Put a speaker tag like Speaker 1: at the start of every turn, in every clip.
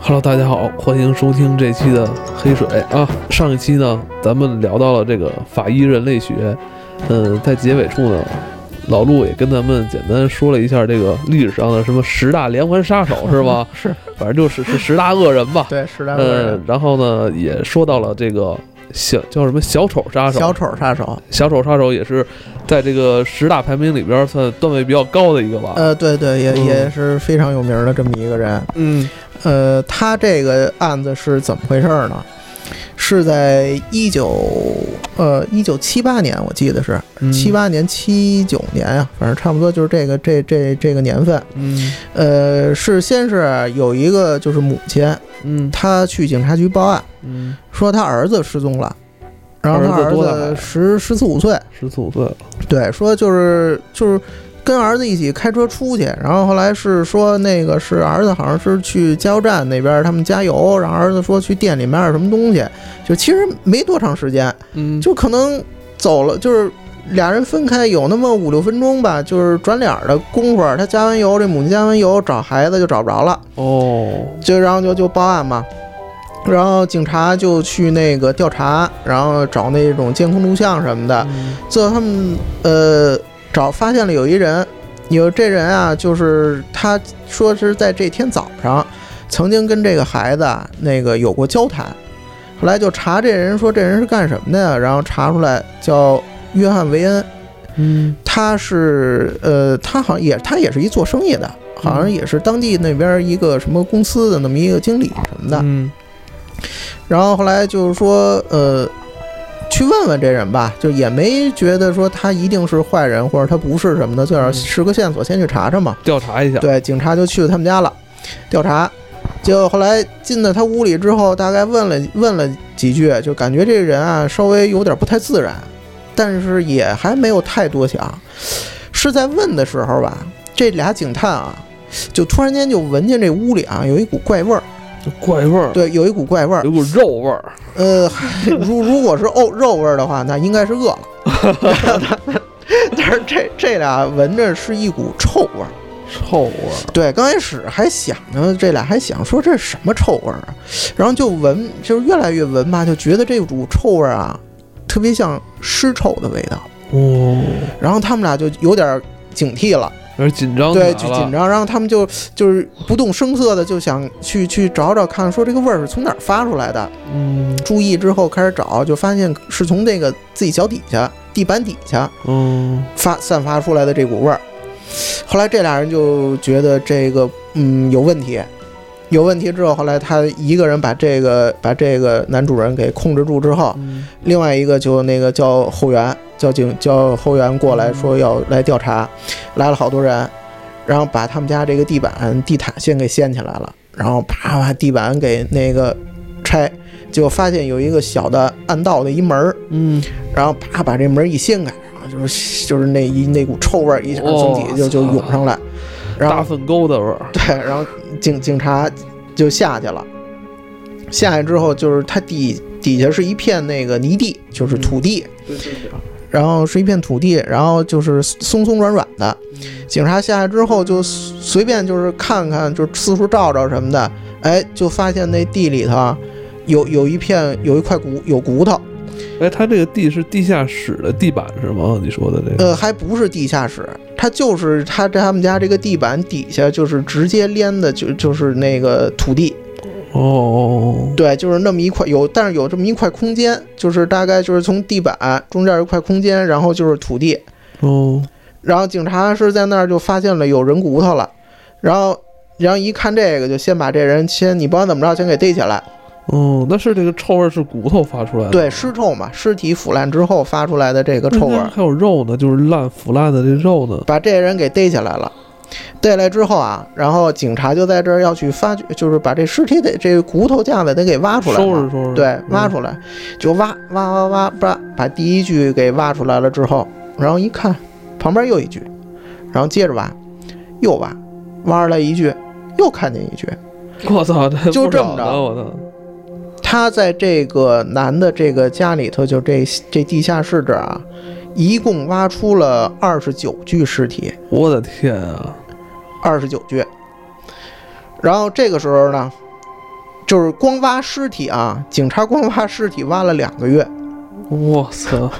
Speaker 1: Hello，大家好，欢迎收听这期的黑水啊。上一期呢，咱们聊到了这个法医人类学，嗯，在结尾处呢，老陆也跟咱们简单说了一下这个历史上的什么十大连环杀 手是吧？
Speaker 2: 嗯是，
Speaker 1: 反正就是是十大恶人吧。
Speaker 2: 对，十来个
Speaker 1: 嗯
Speaker 2: 人，，
Speaker 1: 然后呢，也说到了这个小叫什么小丑呃杀手，啊
Speaker 2: 小丑杀手，
Speaker 1: 小丑杀手也是在这个十大排名里边算段位比较高的一个吧。
Speaker 2: 呃，对对，也
Speaker 1: 嗯
Speaker 2: 也是非常有名的这么一个人。
Speaker 1: 嗯
Speaker 2: 呃，他这个案子是怎么回事呢？是在一九呃一九七八年，我记得是
Speaker 1: 嗯，
Speaker 2: 七八年七九年呀、反正差不多就是这个这这这个年份。
Speaker 1: 嗯
Speaker 2: 呃，是先是有一个就是母亲，
Speaker 1: 嗯
Speaker 2: 她去警察局报案，
Speaker 1: 嗯，
Speaker 2: 说她儿子失踪了，然后她
Speaker 1: 儿子
Speaker 2: 儿
Speaker 1: 多大
Speaker 2: 子
Speaker 1: 呀
Speaker 2: 十十四五岁，
Speaker 1: 十四五岁了，
Speaker 2: 对，说就是就是跟儿子一起开车出去，然后后来是说那个是儿子好像是去加油站那边他们加油，然后儿子说去店里买点什么东西，就其实没多长时间，
Speaker 1: 嗯
Speaker 2: 就可能走了就是。俩人分开有那么五六分钟吧，就是转脸儿的功夫儿，他加完油，这母亲加完油找孩子就找不着了，
Speaker 1: 哦，
Speaker 2: 就然后就就报案嘛，然后警察就去那个调查，然后找那种监控录像什么的，
Speaker 1: 嗯
Speaker 2: 最后他们呃找发现了有一人，有这人啊，就是他说是在这天早上曾经跟这个孩子啊那个有过交谈，后来就查这人说这人是干什么的呀？然后查出来叫约翰维恩，
Speaker 1: 嗯
Speaker 2: 他是呃他好像也他也是一做生意的，好像也是当地那边一个什么公司的那么一个经理什么的。
Speaker 1: 嗯
Speaker 2: 然后后来就是说，呃，去问问这人吧，就也没觉得说他一定是坏人或者他不是什么的，最少
Speaker 1: 嗯
Speaker 2: 是个线索，先去查查嘛。
Speaker 1: 调查一下，
Speaker 2: 对，警察就去他们家了，调查。结果后来进到他屋里之后，大概问了问了几句，就感觉这人啊稍微有点不太自然，但是也还没有太多想。是在问的时候吧，这俩警探啊，就突然间就闻见这屋里啊有一股怪味儿，
Speaker 1: 怪味儿，
Speaker 2: 对，有一股怪味儿，
Speaker 1: 有股肉味儿，
Speaker 2: 呃， 还如如果是哦肉味儿的话，那应该是饿了。 但是这这俩闻着是一股臭味儿。
Speaker 1: 臭味儿，
Speaker 2: 对，刚开始还想呢，这俩还想说这是什么臭味儿啊，然后就闻，就是越来越闻吧，就觉得这股臭味儿啊，特别像尸臭的味道。
Speaker 1: 哦，
Speaker 2: 然后他们俩就有点警惕了。
Speaker 1: 有点紧张起来
Speaker 2: 对，
Speaker 1: 了，
Speaker 2: 就紧张，然后他们就就是不动声色的就想去去找找看，说这个味儿是从哪儿发出来的。
Speaker 1: 嗯
Speaker 2: 注意之后开始找，就发现是从那个自己脚底下、地板底下
Speaker 1: 嗯
Speaker 2: 发散发出来的这股味儿。后来这俩人就觉得这个嗯有问题，有问题之后，后来他一个人把这个把这个男主人给控制住之后，
Speaker 1: 嗯
Speaker 2: 另外一个就那个叫后援，叫警叫后援过来说要来调查，来了好多人，然后把他们家这个地板地毯先给掀起来了，然后啪把地板给那个拆，结果发现有一个小的暗道的一门儿，
Speaker 1: 嗯，
Speaker 2: 然后啪把这门儿一掀开，然后就是就是那一那股臭味儿一下从底下就就涌上来，然
Speaker 1: 大
Speaker 2: 后
Speaker 1: 粪沟的味儿，
Speaker 2: 对，然后警警察就下去了。下去之后，就是它底底下是一片那个泥地，就是土地，然后是一片土地，然后就是松松软软的。警察下来之后就随随便就是看看，就是四处照照什么的，哎，就发现那地里头啊有有一片有一块骨有骨头，
Speaker 1: 哎，它这个地是地下室的地板是吗？你说的这个，
Speaker 2: 呃，还不是地下室，它就是他他们家这个地板底下就是直接连的就就是那个土地，
Speaker 1: 哦哦
Speaker 2: 对，就是那么一块有，但是有这么一块空间，就是大概就是从地板中间有一块空间，然后就是土地，
Speaker 1: 哦哦，
Speaker 2: 然后警察是在那儿就发现了有人骨头了，然后然后一看这个，就先把这人先你不管怎么着，先给逮起来。
Speaker 1: 哦，那是这个臭味儿是骨头发出来的，，
Speaker 2: 对，尸臭嘛，尸体腐烂之后发出来的这个臭味儿，
Speaker 1: 还有肉呢，就是烂腐烂的这肉呢，
Speaker 2: 把这人给逮起来了。逮来之后啊，然后警察就在这儿要去发掘，就是把这尸体得这个骨头架子得给挖出来嘛，
Speaker 1: 收拾收拾，
Speaker 2: 对
Speaker 1: 嗯，
Speaker 2: 挖出来，就挖挖挖挖，把把第一具给挖出来了之后，然后一看旁边又一具，然后接着挖，又挖，挖出来一具，又看见一具。
Speaker 1: 我操，这
Speaker 2: 就
Speaker 1: 不
Speaker 2: 这么
Speaker 1: 少呢
Speaker 2: 着
Speaker 1: 我操，
Speaker 2: 他在这个男的这个家里头，就这这地下室这儿啊，一共挖出了二十九具尸体，
Speaker 1: 我的天啊！
Speaker 2: 二十九具。然后这个时候呢，就是光挖尸体啊，警察光挖尸体挖了两个月，
Speaker 1: 我操，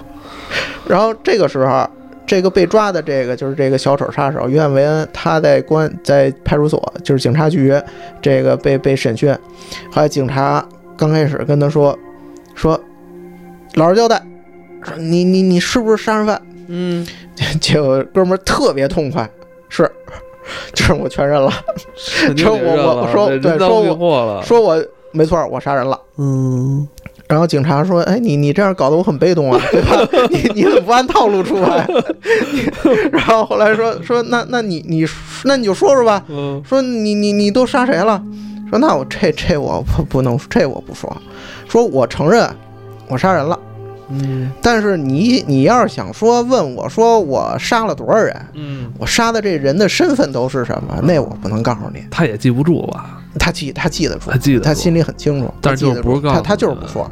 Speaker 2: 然后这个时候，这个被抓的这个就是这个小丑杀手约翰·维恩，他在关在派出所，就是警察局，这个被被审讯。后来警察刚开始跟他说，说老实交代，说你你你是不是杀人犯？
Speaker 1: 嗯，
Speaker 2: 结果哥们儿特别痛快，是，就是我全认了，
Speaker 1: 这
Speaker 2: 我我说对说我
Speaker 1: 我了，
Speaker 2: 说我没错，我杀人了。
Speaker 1: 嗯，
Speaker 2: 然后警察说：“哎，你你这样搞得我很被 动啊，对吧？你你怎么不按套路出牌？” 然后后来说说那那你你那你就说说吧，
Speaker 1: 嗯
Speaker 2: 说你你你都杀谁了？说那我这这我不不能这我不说，说我承认我杀人了，
Speaker 1: 嗯
Speaker 2: 但是你你要是想说问我说我杀了多少人，
Speaker 1: 嗯，
Speaker 2: 我杀的这人的身份都是什么，那我不能告诉你。
Speaker 1: 他也记不住吧？
Speaker 2: 他记他记得住
Speaker 1: 他，记得住
Speaker 2: 他心里很清楚，
Speaker 1: 但是
Speaker 2: 他
Speaker 1: 就
Speaker 2: 记
Speaker 1: 是
Speaker 2: 得
Speaker 1: 不
Speaker 2: 住
Speaker 1: 是告诉
Speaker 2: 他他就是
Speaker 1: 你
Speaker 2: 不
Speaker 1: 们
Speaker 2: 说。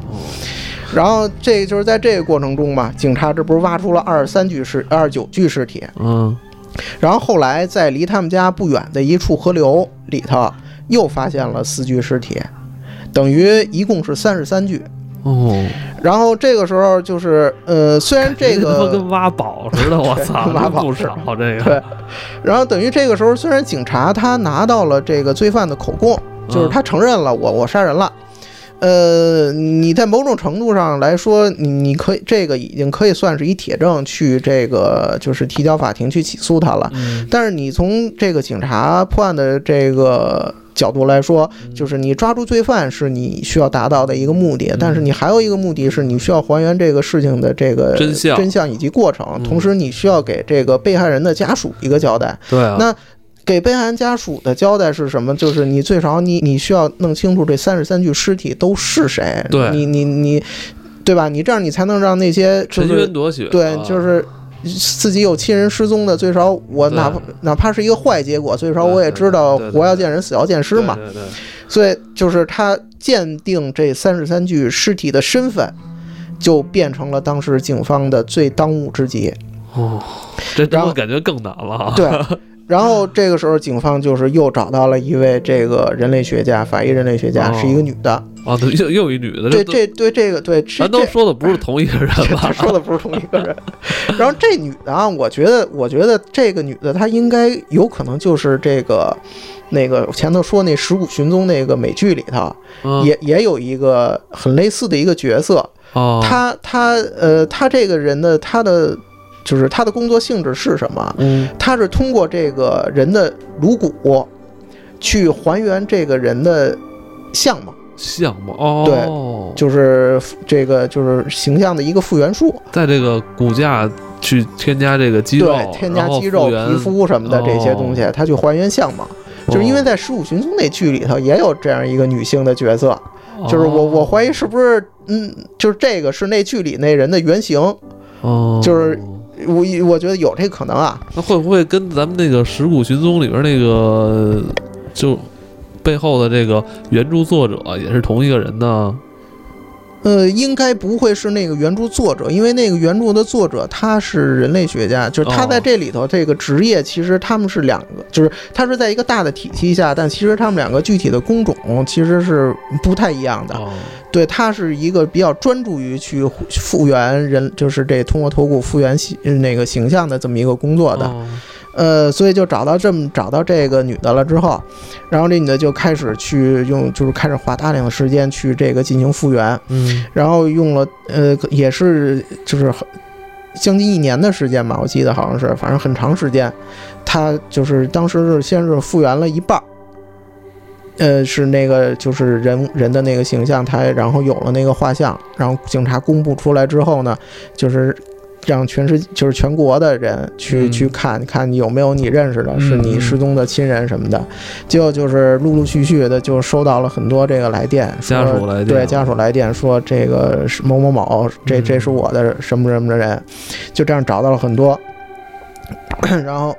Speaker 2: 然后这就是在这个过程中吧，警察这不是挖出了二十三具尸、二十九具尸体，
Speaker 1: 嗯
Speaker 2: 然后后来在离他们家不远的一处河流里头又发现了四具尸体，等于一共是三十三具。
Speaker 1: 哦，
Speaker 2: 然后这个时候就是，呃，虽然 这
Speaker 1: 他妈
Speaker 2: 个
Speaker 1: 跟挖宝似 的，我操，
Speaker 2: 挖
Speaker 1: 真
Speaker 2: 宝
Speaker 1: 不
Speaker 2: 似的
Speaker 1: 少这
Speaker 2: 对
Speaker 1: 个，，
Speaker 2: 然后等于这个时候，虽然警察他拿到了这个罪犯的口供，
Speaker 1: 嗯
Speaker 2: 就是他承认了我我杀人了，呃，你在某种程度上来说，你你可以这个已经可以算是一铁证去这个就是提交法庭去起诉他了，
Speaker 1: 嗯，
Speaker 2: 但是你从这个警察破案的这个。角度来说，
Speaker 1: 嗯
Speaker 2: 就是你抓住罪犯是你需要达到的一个目
Speaker 1: 嗯
Speaker 2: 的，但是你还有一个目的是你需要还原这个事情的这个
Speaker 1: 真相
Speaker 2: 真相以及过程，
Speaker 1: 嗯
Speaker 2: 同时你需要给这个被害人的家属一个交代。
Speaker 1: 对啊，
Speaker 2: 那给被害人家属的交代是什么？就是你最少你你需要弄清楚这三十三具尸体都是谁，
Speaker 1: 对
Speaker 2: 你你你，对吧？你这样你才能让那些就
Speaker 1: 沉冤
Speaker 2: 是
Speaker 1: 夺雪，啊
Speaker 2: 对，就是自己有亲人失踪的，最少我
Speaker 1: 对
Speaker 2: 哪怕哪怕是一个坏结果，最少
Speaker 1: 对
Speaker 2: 我也
Speaker 1: 对
Speaker 2: 知道
Speaker 1: 对对
Speaker 2: 活要见人，死要见尸嘛。
Speaker 1: 对对对，
Speaker 2: 所以就是他鉴定这三十三具尸体的身份。就变成了当时警方的最当务之急。
Speaker 1: 哦，这他
Speaker 2: 然
Speaker 1: 妈
Speaker 2: 后
Speaker 1: 感觉更难了啊，
Speaker 2: 对， 然后这个时候警方就是又找到了一位这个人类学家，法医人类学家
Speaker 1: 哦
Speaker 2: 是一个女的。
Speaker 1: 啊，对又又一女的，
Speaker 2: 这
Speaker 1: 都
Speaker 2: 这对这个对这
Speaker 1: 咱都
Speaker 2: 这
Speaker 1: 说的不是同一个人
Speaker 2: 他
Speaker 1: 吧？
Speaker 2: 说的不是同一个人。然后这女的啊，我觉得我觉得这个女的她应该有可能就是这个那个前头说那《尸骨寻踪》那个美剧里头
Speaker 1: 嗯
Speaker 2: 也也有一个很类似的一个角色。
Speaker 1: 哦，
Speaker 2: 她她呃她这个人的她的就是她的工作性质是什么？
Speaker 1: 嗯
Speaker 2: 他是通过这个人的颅骨去还原这个人的相貌，
Speaker 1: 像吗？哦，
Speaker 2: 就是这个就是形象的一个复原术，
Speaker 1: 在这个骨架去添加这个肌肉，
Speaker 2: 对，添加
Speaker 1: 然后
Speaker 2: 肌肉、
Speaker 1: 复原哦
Speaker 2: 皮，肤什么的这些东西，他去还原相貌。就是因为在《十五寻踪》那剧里头也有这样一个女性的角色，
Speaker 1: 哦
Speaker 2: 就是我我怀疑是不是嗯，就是这个是那剧里那人的原型，
Speaker 1: 哦，
Speaker 2: 就是我我觉得有这可能啊，
Speaker 1: 那会不会跟咱们那个《尸骨寻踪》里边那个就背后的这个原著作者也是同一个人呢？
Speaker 2: 呃，应该不会是那个原著作者，因为那个原著的作者他是人类学家，就是他
Speaker 1: 哦
Speaker 2: 在这里头这个职业，其实他们是两个，就是他是在一个大的体系下，但其实他们两个具体的工种其实是不太一样的。
Speaker 1: 哦，
Speaker 2: 对，他是一个比较专注于去复原人，就是这通过头骨复原形那个形象的这么一个工作的。
Speaker 1: 哦
Speaker 2: 呃，所以就找到这么找到这个女的了之后，然后这女的就开始去用，就是开始花大量的时间去这个进行复原。
Speaker 1: 嗯，
Speaker 2: 然后用了呃，也是就是很将近一年的时间吧，我记得好像是，反正很长时间。他就是当时是先是复原了一半儿，呃，是那个就是人人的那个形象，他然后有了那个画像，然后警察公布出来之后呢，就是。让全世就是全国的人去、
Speaker 1: 嗯
Speaker 2: 去看看有没有你认识的，是
Speaker 1: 嗯
Speaker 2: 你
Speaker 1: 嗯
Speaker 2: 失踪的亲人什么的，结果就是陆陆续续的就收到了很多这个来电，说
Speaker 1: 家属来电
Speaker 2: 对家属来电说这个是某某某，这
Speaker 1: 嗯
Speaker 2: 这是我的什么什么的人，就这样找到了很多， 然后，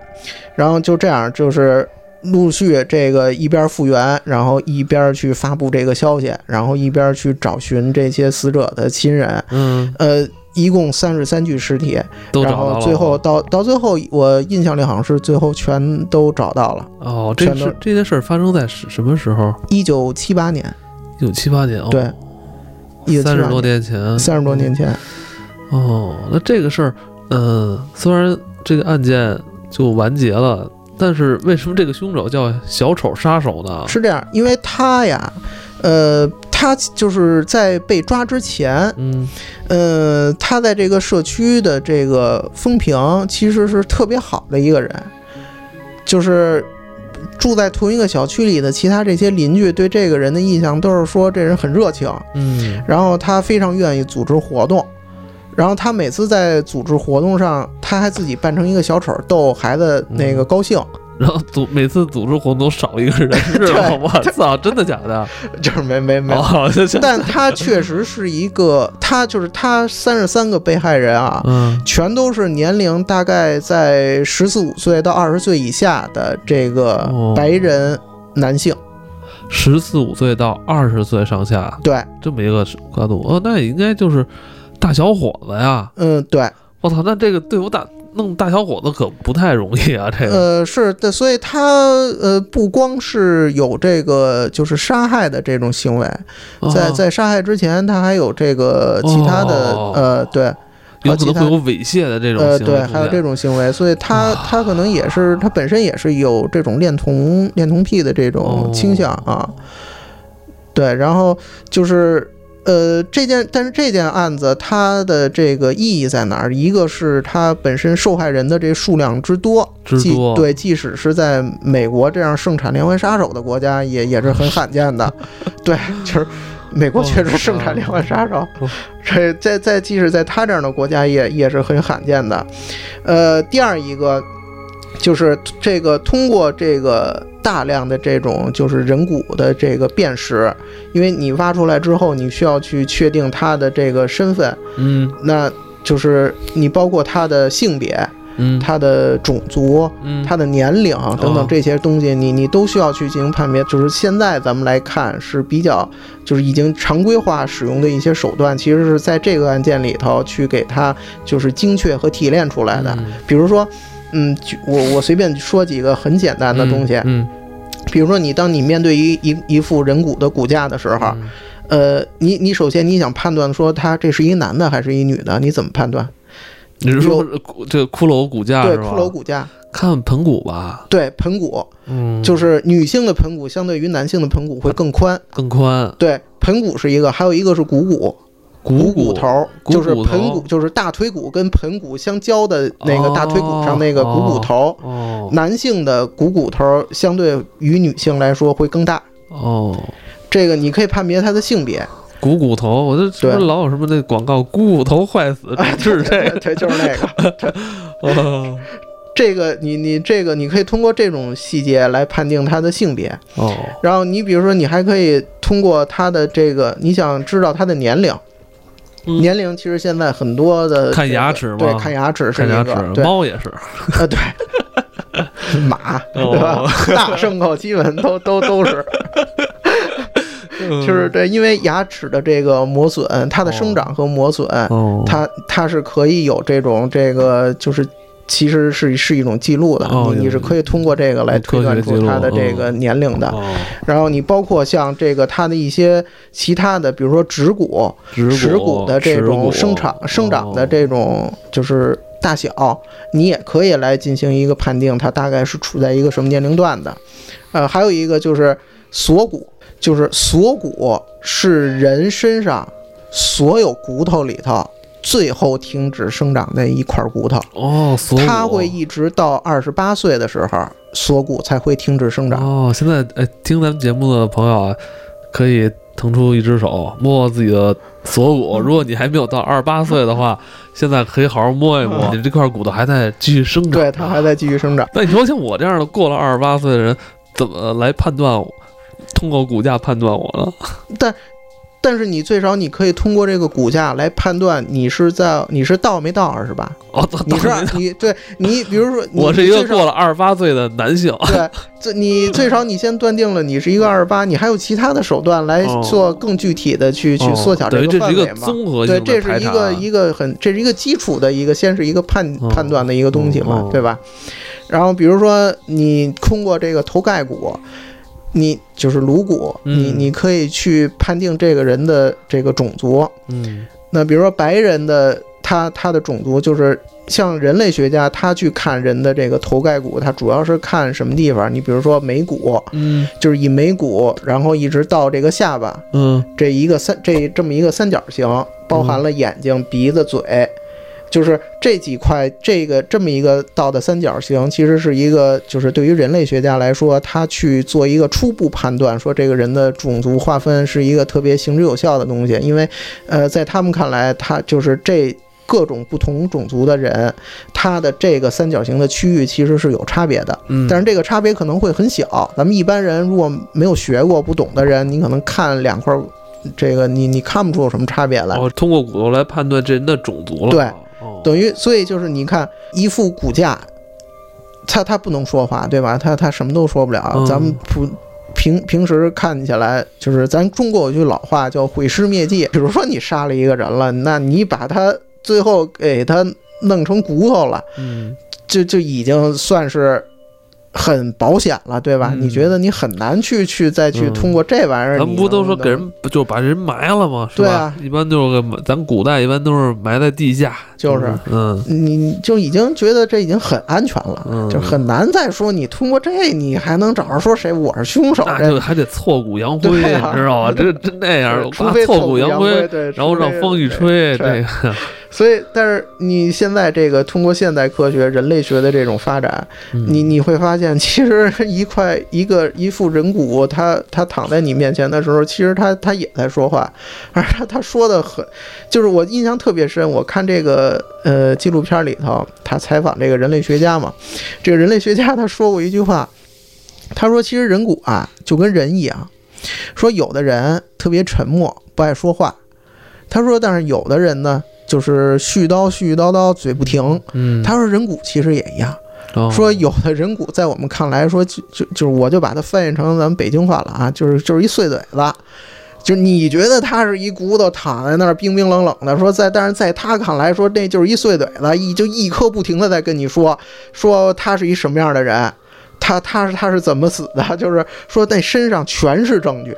Speaker 2: 然后就这样就是。陆续这个一边复原，然后一边去发布这个消息，然后一边去找寻这些死者的亲人。
Speaker 1: 嗯，
Speaker 2: 呃，一共三十三具尸体，
Speaker 1: 都
Speaker 2: 然
Speaker 1: 找到
Speaker 2: 后
Speaker 1: 了。
Speaker 2: 最后到到最后，我印象里好像是最后全都找到了。
Speaker 1: 哦，这
Speaker 2: 全都
Speaker 1: 是这件事儿发生在什什么时候？
Speaker 2: 一九七八年，
Speaker 1: 一九七八年哦，
Speaker 2: 对，1978
Speaker 1: 三十多年前，
Speaker 2: 三十多年前，
Speaker 1: 哦，那这个事儿，嗯、虽然这个案件就完结了，但是为什么这个凶手叫小丑杀手呢？
Speaker 2: 是这样，因为他呀，呃，他就是在被抓之前，
Speaker 1: 嗯，
Speaker 2: 呃，他在这个社区的这个风评其实是特别好的一个人，就是住在同一个小区里的其他这些邻居对这个人的印象都是说这人很热情，
Speaker 1: 嗯
Speaker 2: 然后他非常愿意组织活动。然后他每次在组织活动上，他还自己扮成一个小丑逗孩子那个高兴，
Speaker 1: 然后组每次组织活动都少一个人，是吧？
Speaker 2: 对
Speaker 1: 我操，真的假的？
Speaker 2: 就是没 没没有
Speaker 1: 哦，就就
Speaker 2: 但他确实是一个，他就是他三十三个被害人啊，
Speaker 1: 嗯
Speaker 2: 全都是年龄大概在十四五岁到二十岁以下的这个
Speaker 1: 哦
Speaker 2: 白人男性。
Speaker 1: 十四五岁到二十岁上下
Speaker 2: 对，
Speaker 1: 这么一个跨度，哦，那也应该就是大小伙子呀！
Speaker 2: 嗯，对，
Speaker 1: 我操，那这个对付大弄大小伙子可不太容易啊，这个，
Speaker 2: 呃，是的，所以他呃不光是有这个就是杀害的这种行为，在
Speaker 1: 哦
Speaker 2: 呃在杀害之前，他还有这个其他的
Speaker 1: 哦
Speaker 2: 呃对。
Speaker 1: 有可能
Speaker 2: 还
Speaker 1: 会
Speaker 2: 有其他
Speaker 1: 有猥亵的这种
Speaker 2: 呃，
Speaker 1: 行为出
Speaker 2: 对，
Speaker 1: 现，
Speaker 2: 还有这种行为，所以他
Speaker 1: 啊
Speaker 2: 他可能也是他本身也是有这种恋童恋童癖的这
Speaker 1: 哦
Speaker 2: 种倾向啊。对，然后就是呃，这件但是这件案子它的这个意义在哪儿？一个是它本身受害人的这数量之多，
Speaker 1: 之
Speaker 2: 即
Speaker 1: 多
Speaker 2: 对，即使是在美国这样盛产连环杀手的国家，也也是很罕见的。对，就是美国确实盛产连环杀手
Speaker 1: 哦，
Speaker 2: 这在在即使在他这样的国家也也是很罕见的。呃，第二一个就是这个通过这个大量的这种就是人骨的这个辨识，因为你挖出来之后，你需要去确定他的这个身份，
Speaker 1: 嗯
Speaker 2: 那就是你包括他的性别、
Speaker 1: 嗯
Speaker 2: 他的种族。
Speaker 1: 嗯
Speaker 2: 他的年龄啊等
Speaker 1: 哦
Speaker 2: 等这些东西，你你都需要去进行判别。就是现在咱们来看是比较，就是已经常规化使用的一些手段，其实是在这个案件里头去给它就是精确和提炼出来的。
Speaker 1: 嗯
Speaker 2: 比如说，嗯，举我我随便说几个很简单的东西，
Speaker 1: 嗯，
Speaker 2: 比如说你当你面对一一一副人骨的骨架的时候，
Speaker 1: 嗯
Speaker 2: 呃，你你首先你想判断说他这是一男的还是一女的，你怎么判断？
Speaker 1: 你是说骨这个骷髅骨架
Speaker 2: 对，
Speaker 1: 啊是
Speaker 2: 骷
Speaker 1: 吧？嗯
Speaker 2: 髅骨架，
Speaker 1: 看盆骨吧，
Speaker 2: 对，盆骨。
Speaker 1: 嗯，
Speaker 2: 就是女性的盆骨相对于男性的盆骨会更宽。
Speaker 1: 更宽，
Speaker 2: 对，盆骨是一个，还有一个是股骨，股
Speaker 1: 骨
Speaker 2: 头儿，
Speaker 1: 股
Speaker 2: 就是
Speaker 1: 骨头
Speaker 2: 盆骨，就是大腿骨跟盆骨相交的那个大腿骨上那个股骨头。
Speaker 1: 哦
Speaker 2: 男性的股骨头儿相对于女性来说会更大，
Speaker 1: 哦，
Speaker 2: 这个你可以判别它的 性别。
Speaker 1: 股骨头，我这什么
Speaker 2: 对哎
Speaker 1: 老有什么那广告，股骨头坏死，治这
Speaker 2: 对
Speaker 1: 个，
Speaker 2: 对，就是那个，
Speaker 1: 哦
Speaker 2: 这个你你这个你可以通过这种细节来判定它的性别。
Speaker 1: 哦，
Speaker 2: 然后你比如说，你还可以通过他的这个，你想知道他的年龄。
Speaker 1: 嗯
Speaker 2: 年龄其实现在很多的
Speaker 1: 看
Speaker 2: 这个
Speaker 1: 牙齿吗
Speaker 2: 对，看牙齿是
Speaker 1: 看
Speaker 2: 一
Speaker 1: 牙
Speaker 2: 个，
Speaker 1: 齿，
Speaker 2: 对，
Speaker 1: 猫也是，
Speaker 2: 呃，对，马，
Speaker 1: 哦
Speaker 2: 对吧？大牲口基本都都都是，
Speaker 1: 嗯
Speaker 2: 就是对，因为牙齿的这个磨损，它的生长和磨损，
Speaker 1: 哦，
Speaker 2: 它它是可以有这种这个就是。其实是是一种记录的，
Speaker 1: 哦
Speaker 2: 你你
Speaker 1: 有
Speaker 2: 是可以通过这个来
Speaker 1: 有科
Speaker 2: 推
Speaker 1: 学
Speaker 2: 断
Speaker 1: 记
Speaker 2: 出
Speaker 1: 录嗯
Speaker 2: 它的这个年龄的。
Speaker 1: 哦
Speaker 2: 然后你包括像这个它的一些其他的，比如说指骨、
Speaker 1: 指
Speaker 2: 尺
Speaker 1: 骨
Speaker 2: 骨的这种生长、
Speaker 1: 哦
Speaker 2: 生长的，这种就是大小，你也可以来进行一个判定，它大概是处在一个什么年龄段的。呃，还有一个就是锁骨，就是锁骨是人身上所有骨头里头最后停止生长的一块骨头，
Speaker 1: 哦，哦锁骨
Speaker 2: 它会一直到二十八岁的时候，锁骨才会停止生长。
Speaker 1: 哦，现在哎，听咱们节目的朋友啊，可以腾出一只手摸摸自己的锁
Speaker 2: 嗯
Speaker 1: 骨。如果你还没有到二十八岁的话，现在可以好好摸一摸，
Speaker 2: 嗯
Speaker 1: 你这块骨头还在继续生长。
Speaker 2: 对，它还在继续生长。
Speaker 1: 那你说像我这样的过了二十八岁的人，怎么来判断我？通过骨架判断我呢？
Speaker 2: 但是你最少你可以通过这个骨架来判断你是在你是到没到二十八，
Speaker 1: 哦，当
Speaker 2: 你是
Speaker 1: 当然
Speaker 2: 你对你比如说 你
Speaker 1: 我是一
Speaker 2: 你
Speaker 1: 个
Speaker 2: 最少
Speaker 1: 过了二十八岁的男性。
Speaker 2: 对，这你最少你先断定了你是一个二十八，你还有其他的手段来
Speaker 1: 哦
Speaker 2: 做更具体的去、去
Speaker 1: 哦
Speaker 2: 缩小
Speaker 1: 等于
Speaker 2: 个
Speaker 1: 这是
Speaker 2: 范
Speaker 1: 一
Speaker 2: 围
Speaker 1: 个
Speaker 2: 嘛。
Speaker 1: 综合性
Speaker 2: 对，
Speaker 1: 的
Speaker 2: 这是
Speaker 1: 排
Speaker 2: 一
Speaker 1: 查啊
Speaker 2: 个一个很，这是一个基础的一个，先是一个判
Speaker 1: 哦
Speaker 2: 判断的一个东西嘛，
Speaker 1: 哦
Speaker 2: 对吧？然后比如说你通过这个头盖骨，你就是颅骨，
Speaker 1: 嗯
Speaker 2: 你你可以去判定这个人的这个种族。
Speaker 1: 嗯
Speaker 2: 那比如说白人的他他的种族就是像人类学家他去看人的这个头盖骨，他主要是看什么地方？你比如说眉骨，
Speaker 1: 嗯
Speaker 2: 就是以眉骨，然后一直到这个下巴
Speaker 1: 嗯
Speaker 2: 这一个三这这么一个三角形，包含了眼睛、鼻子、嘴。就是这几块，这个这么一个道的三角形，其实是一个，就是对于人类学家来说，他去做一个初步判断，说这个人的种族划分是一个特别行之有效的东西，因为，呃，在他们看来，他就是这各种不同种族的人，他的这个三角形的区域其实是有差别的，
Speaker 1: 嗯，
Speaker 2: 但
Speaker 1: 是
Speaker 2: 是这个差别可能会很小。咱们一般人如果没有学过、不懂的人，你可能看两块儿，这个你你看不出有什么差别来。
Speaker 1: 哦，通过骨头来判断这人的种族了，
Speaker 2: 对
Speaker 1: 哦，
Speaker 2: 等于，所以就是你看一副骨架，他他不能说话，对吧？他他什么都说不了。
Speaker 1: 嗯
Speaker 2: 咱们普平平时看起来，就是咱中国有句老话叫毁尸灭迹。比如说你杀了一个人了，那你把他最后给他弄成骨头了，
Speaker 1: 嗯
Speaker 2: 就就已经算是。很保险了，对吧？
Speaker 1: 嗯
Speaker 2: 你觉得你很难去去再去
Speaker 1: 嗯
Speaker 2: 通过这玩意儿，
Speaker 1: 咱
Speaker 2: 你
Speaker 1: 们不都说
Speaker 2: 能
Speaker 1: 给人就把人埋了吗？是
Speaker 2: 对
Speaker 1: 吧
Speaker 2: 啊？
Speaker 1: 一般就是个咱古代一般都是埋在地下，
Speaker 2: 就是
Speaker 1: 嗯
Speaker 2: 你就已经觉得这已经很安全了，
Speaker 1: 嗯
Speaker 2: 就很难再说你通过这你还能找着说谁我是凶手
Speaker 1: 那
Speaker 2: 这
Speaker 1: 就还得挫骨扬灰，你
Speaker 2: 对啊
Speaker 1: 知道吗？这真那样，我
Speaker 2: 除非
Speaker 1: 挫
Speaker 2: 骨
Speaker 1: 骨扬
Speaker 2: 灰，
Speaker 1: 灰，
Speaker 2: 对，
Speaker 1: 然后
Speaker 2: 除非
Speaker 1: 让风一。
Speaker 2: 对
Speaker 1: 吹，这个
Speaker 2: 所以，但是你现在这个通过现代科学、人类学的这种发展，
Speaker 1: 嗯
Speaker 2: 你你会发现，其实一块一个一副人骨，它它躺在你面前的时候，其实它它也在说话，而它它说的很，就是我印象特别深。我看这个呃纪录片里头，他采访这个人类学家嘛，这个人类学家他说过一句话，他说其实人骨啊就跟人一样，说有的人特别沉默，不爱说话，他说但是有的人呢就是絮叨絮絮叨叨，嘴不停。
Speaker 1: 嗯，
Speaker 2: 他说人骨其实也一样。
Speaker 1: 哦
Speaker 2: 说有的人骨在我们看来说就就就是我就把它翻译成咱们北京话了啊，就是就是一碎嘴子。就是你觉得他是一骨头躺在那儿冰冰冷冷的，说在，但是在他看来说那就是一碎嘴子，一就一刻不停的在跟你说说他是一什么样的人，他他是他是怎么死的，就是说那身上全是证据。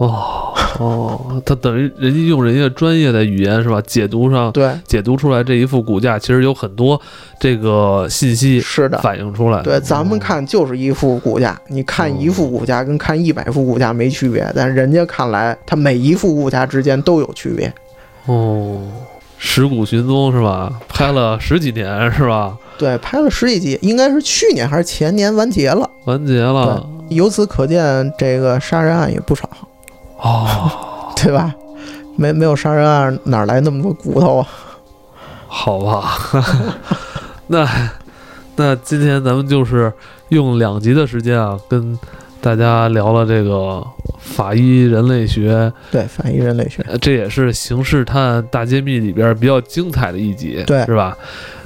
Speaker 1: 哦哦，他等于人家用人家专业的语言是吧？解读上
Speaker 2: 对，
Speaker 1: 解读出来这一副骨架，其实有很多这个信息
Speaker 2: 是的，
Speaker 1: 反映出来。
Speaker 2: 对，咱们看就是一副骨架，你看一副骨架跟看一百副骨架没区别，但人家看来，它每一副骨架之间都有区别。
Speaker 1: 哦，尸骨寻踪是吧？拍了十几年是吧？
Speaker 2: 对，拍了十几集，应该是去年还是前年完结了。
Speaker 1: 完结了
Speaker 2: 由此可见，这个杀人案也不少，
Speaker 1: 哦，
Speaker 2: 对吧？没没有杀人案，哪来那么多骨头啊？
Speaker 1: 好吧， 那那今天咱们就是用两集的时间啊，跟大家聊了这个法医人类学，
Speaker 2: 对，反映人类学。
Speaker 1: 呃这也是《刑事探大揭秘》里边比较精彩的一集，
Speaker 2: 对
Speaker 1: 是吧？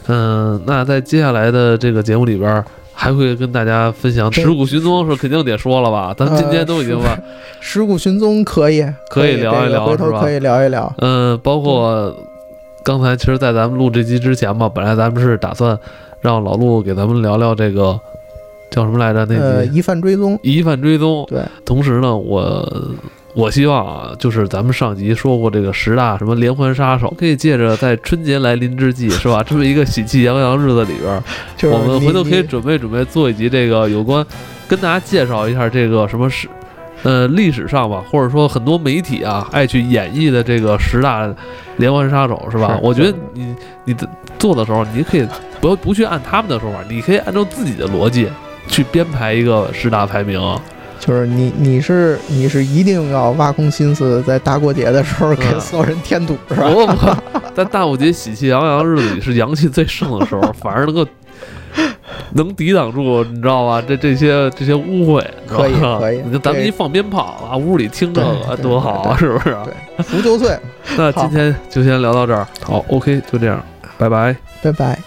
Speaker 1: 嗯，那在接下来的这个节目里边。还会跟大家分享《
Speaker 2: 对
Speaker 1: 耻骨寻踪》是肯定得说了吧？咱们今天都已经把
Speaker 2: 尸骨寻踪可以，
Speaker 1: 可以
Speaker 2: 这
Speaker 1: 聊一
Speaker 2: 个
Speaker 1: 聊
Speaker 2: 回
Speaker 1: 是
Speaker 2: 头
Speaker 1: 吧
Speaker 2: 可以聊一聊。
Speaker 1: 嗯，包括刚才，其实，在咱们录这集之前嘛，本来咱们是打算让老陆给咱们聊聊这个叫什么来着那
Speaker 2: 呃，
Speaker 1: 集《
Speaker 2: 疑犯追踪，
Speaker 1: 疑犯追踪》。
Speaker 2: 对，
Speaker 1: 同时呢，我我希望啊，就是咱们上集说过这个十大什么连环杀手，可以借着在春节来临之际，是吧？这么一个喜气洋洋日子里边儿，
Speaker 2: 就是
Speaker 1: 我们
Speaker 2: 你
Speaker 1: 回头可以
Speaker 2: 你
Speaker 1: 准备准备做一集这个有关，跟大家介绍一下这个什么是。呃，历史上吧，或者说很多媒体啊，爱去演绎的这个十大连环杀手是吧？
Speaker 2: 是
Speaker 1: 我觉得
Speaker 2: 是
Speaker 1: 你你的做的时候，你可以不要不去按他们的说法，你可以按照自己的逻辑去编排一个十大排名。
Speaker 2: 就是你，你是你是一定要挖空心思，在大过节的时候给
Speaker 1: 嗯
Speaker 2: 所有人添堵，是吧？
Speaker 1: 不不，在大五节喜气洋洋日子里是阳气最盛的时候，反而 能够能抵挡住，你知道吧？这这些这些污秽，
Speaker 2: 可以
Speaker 1: 是吧
Speaker 2: 可以
Speaker 1: 你看咱们
Speaker 2: 这
Speaker 1: 一放鞭炮啊，屋里听这个
Speaker 2: 对对
Speaker 1: 多好啊，是不是？
Speaker 2: 福就岁，
Speaker 1: 那
Speaker 2: 好
Speaker 1: 今天就先聊到这儿，好，OK，就这样，拜拜。
Speaker 2: 拜拜。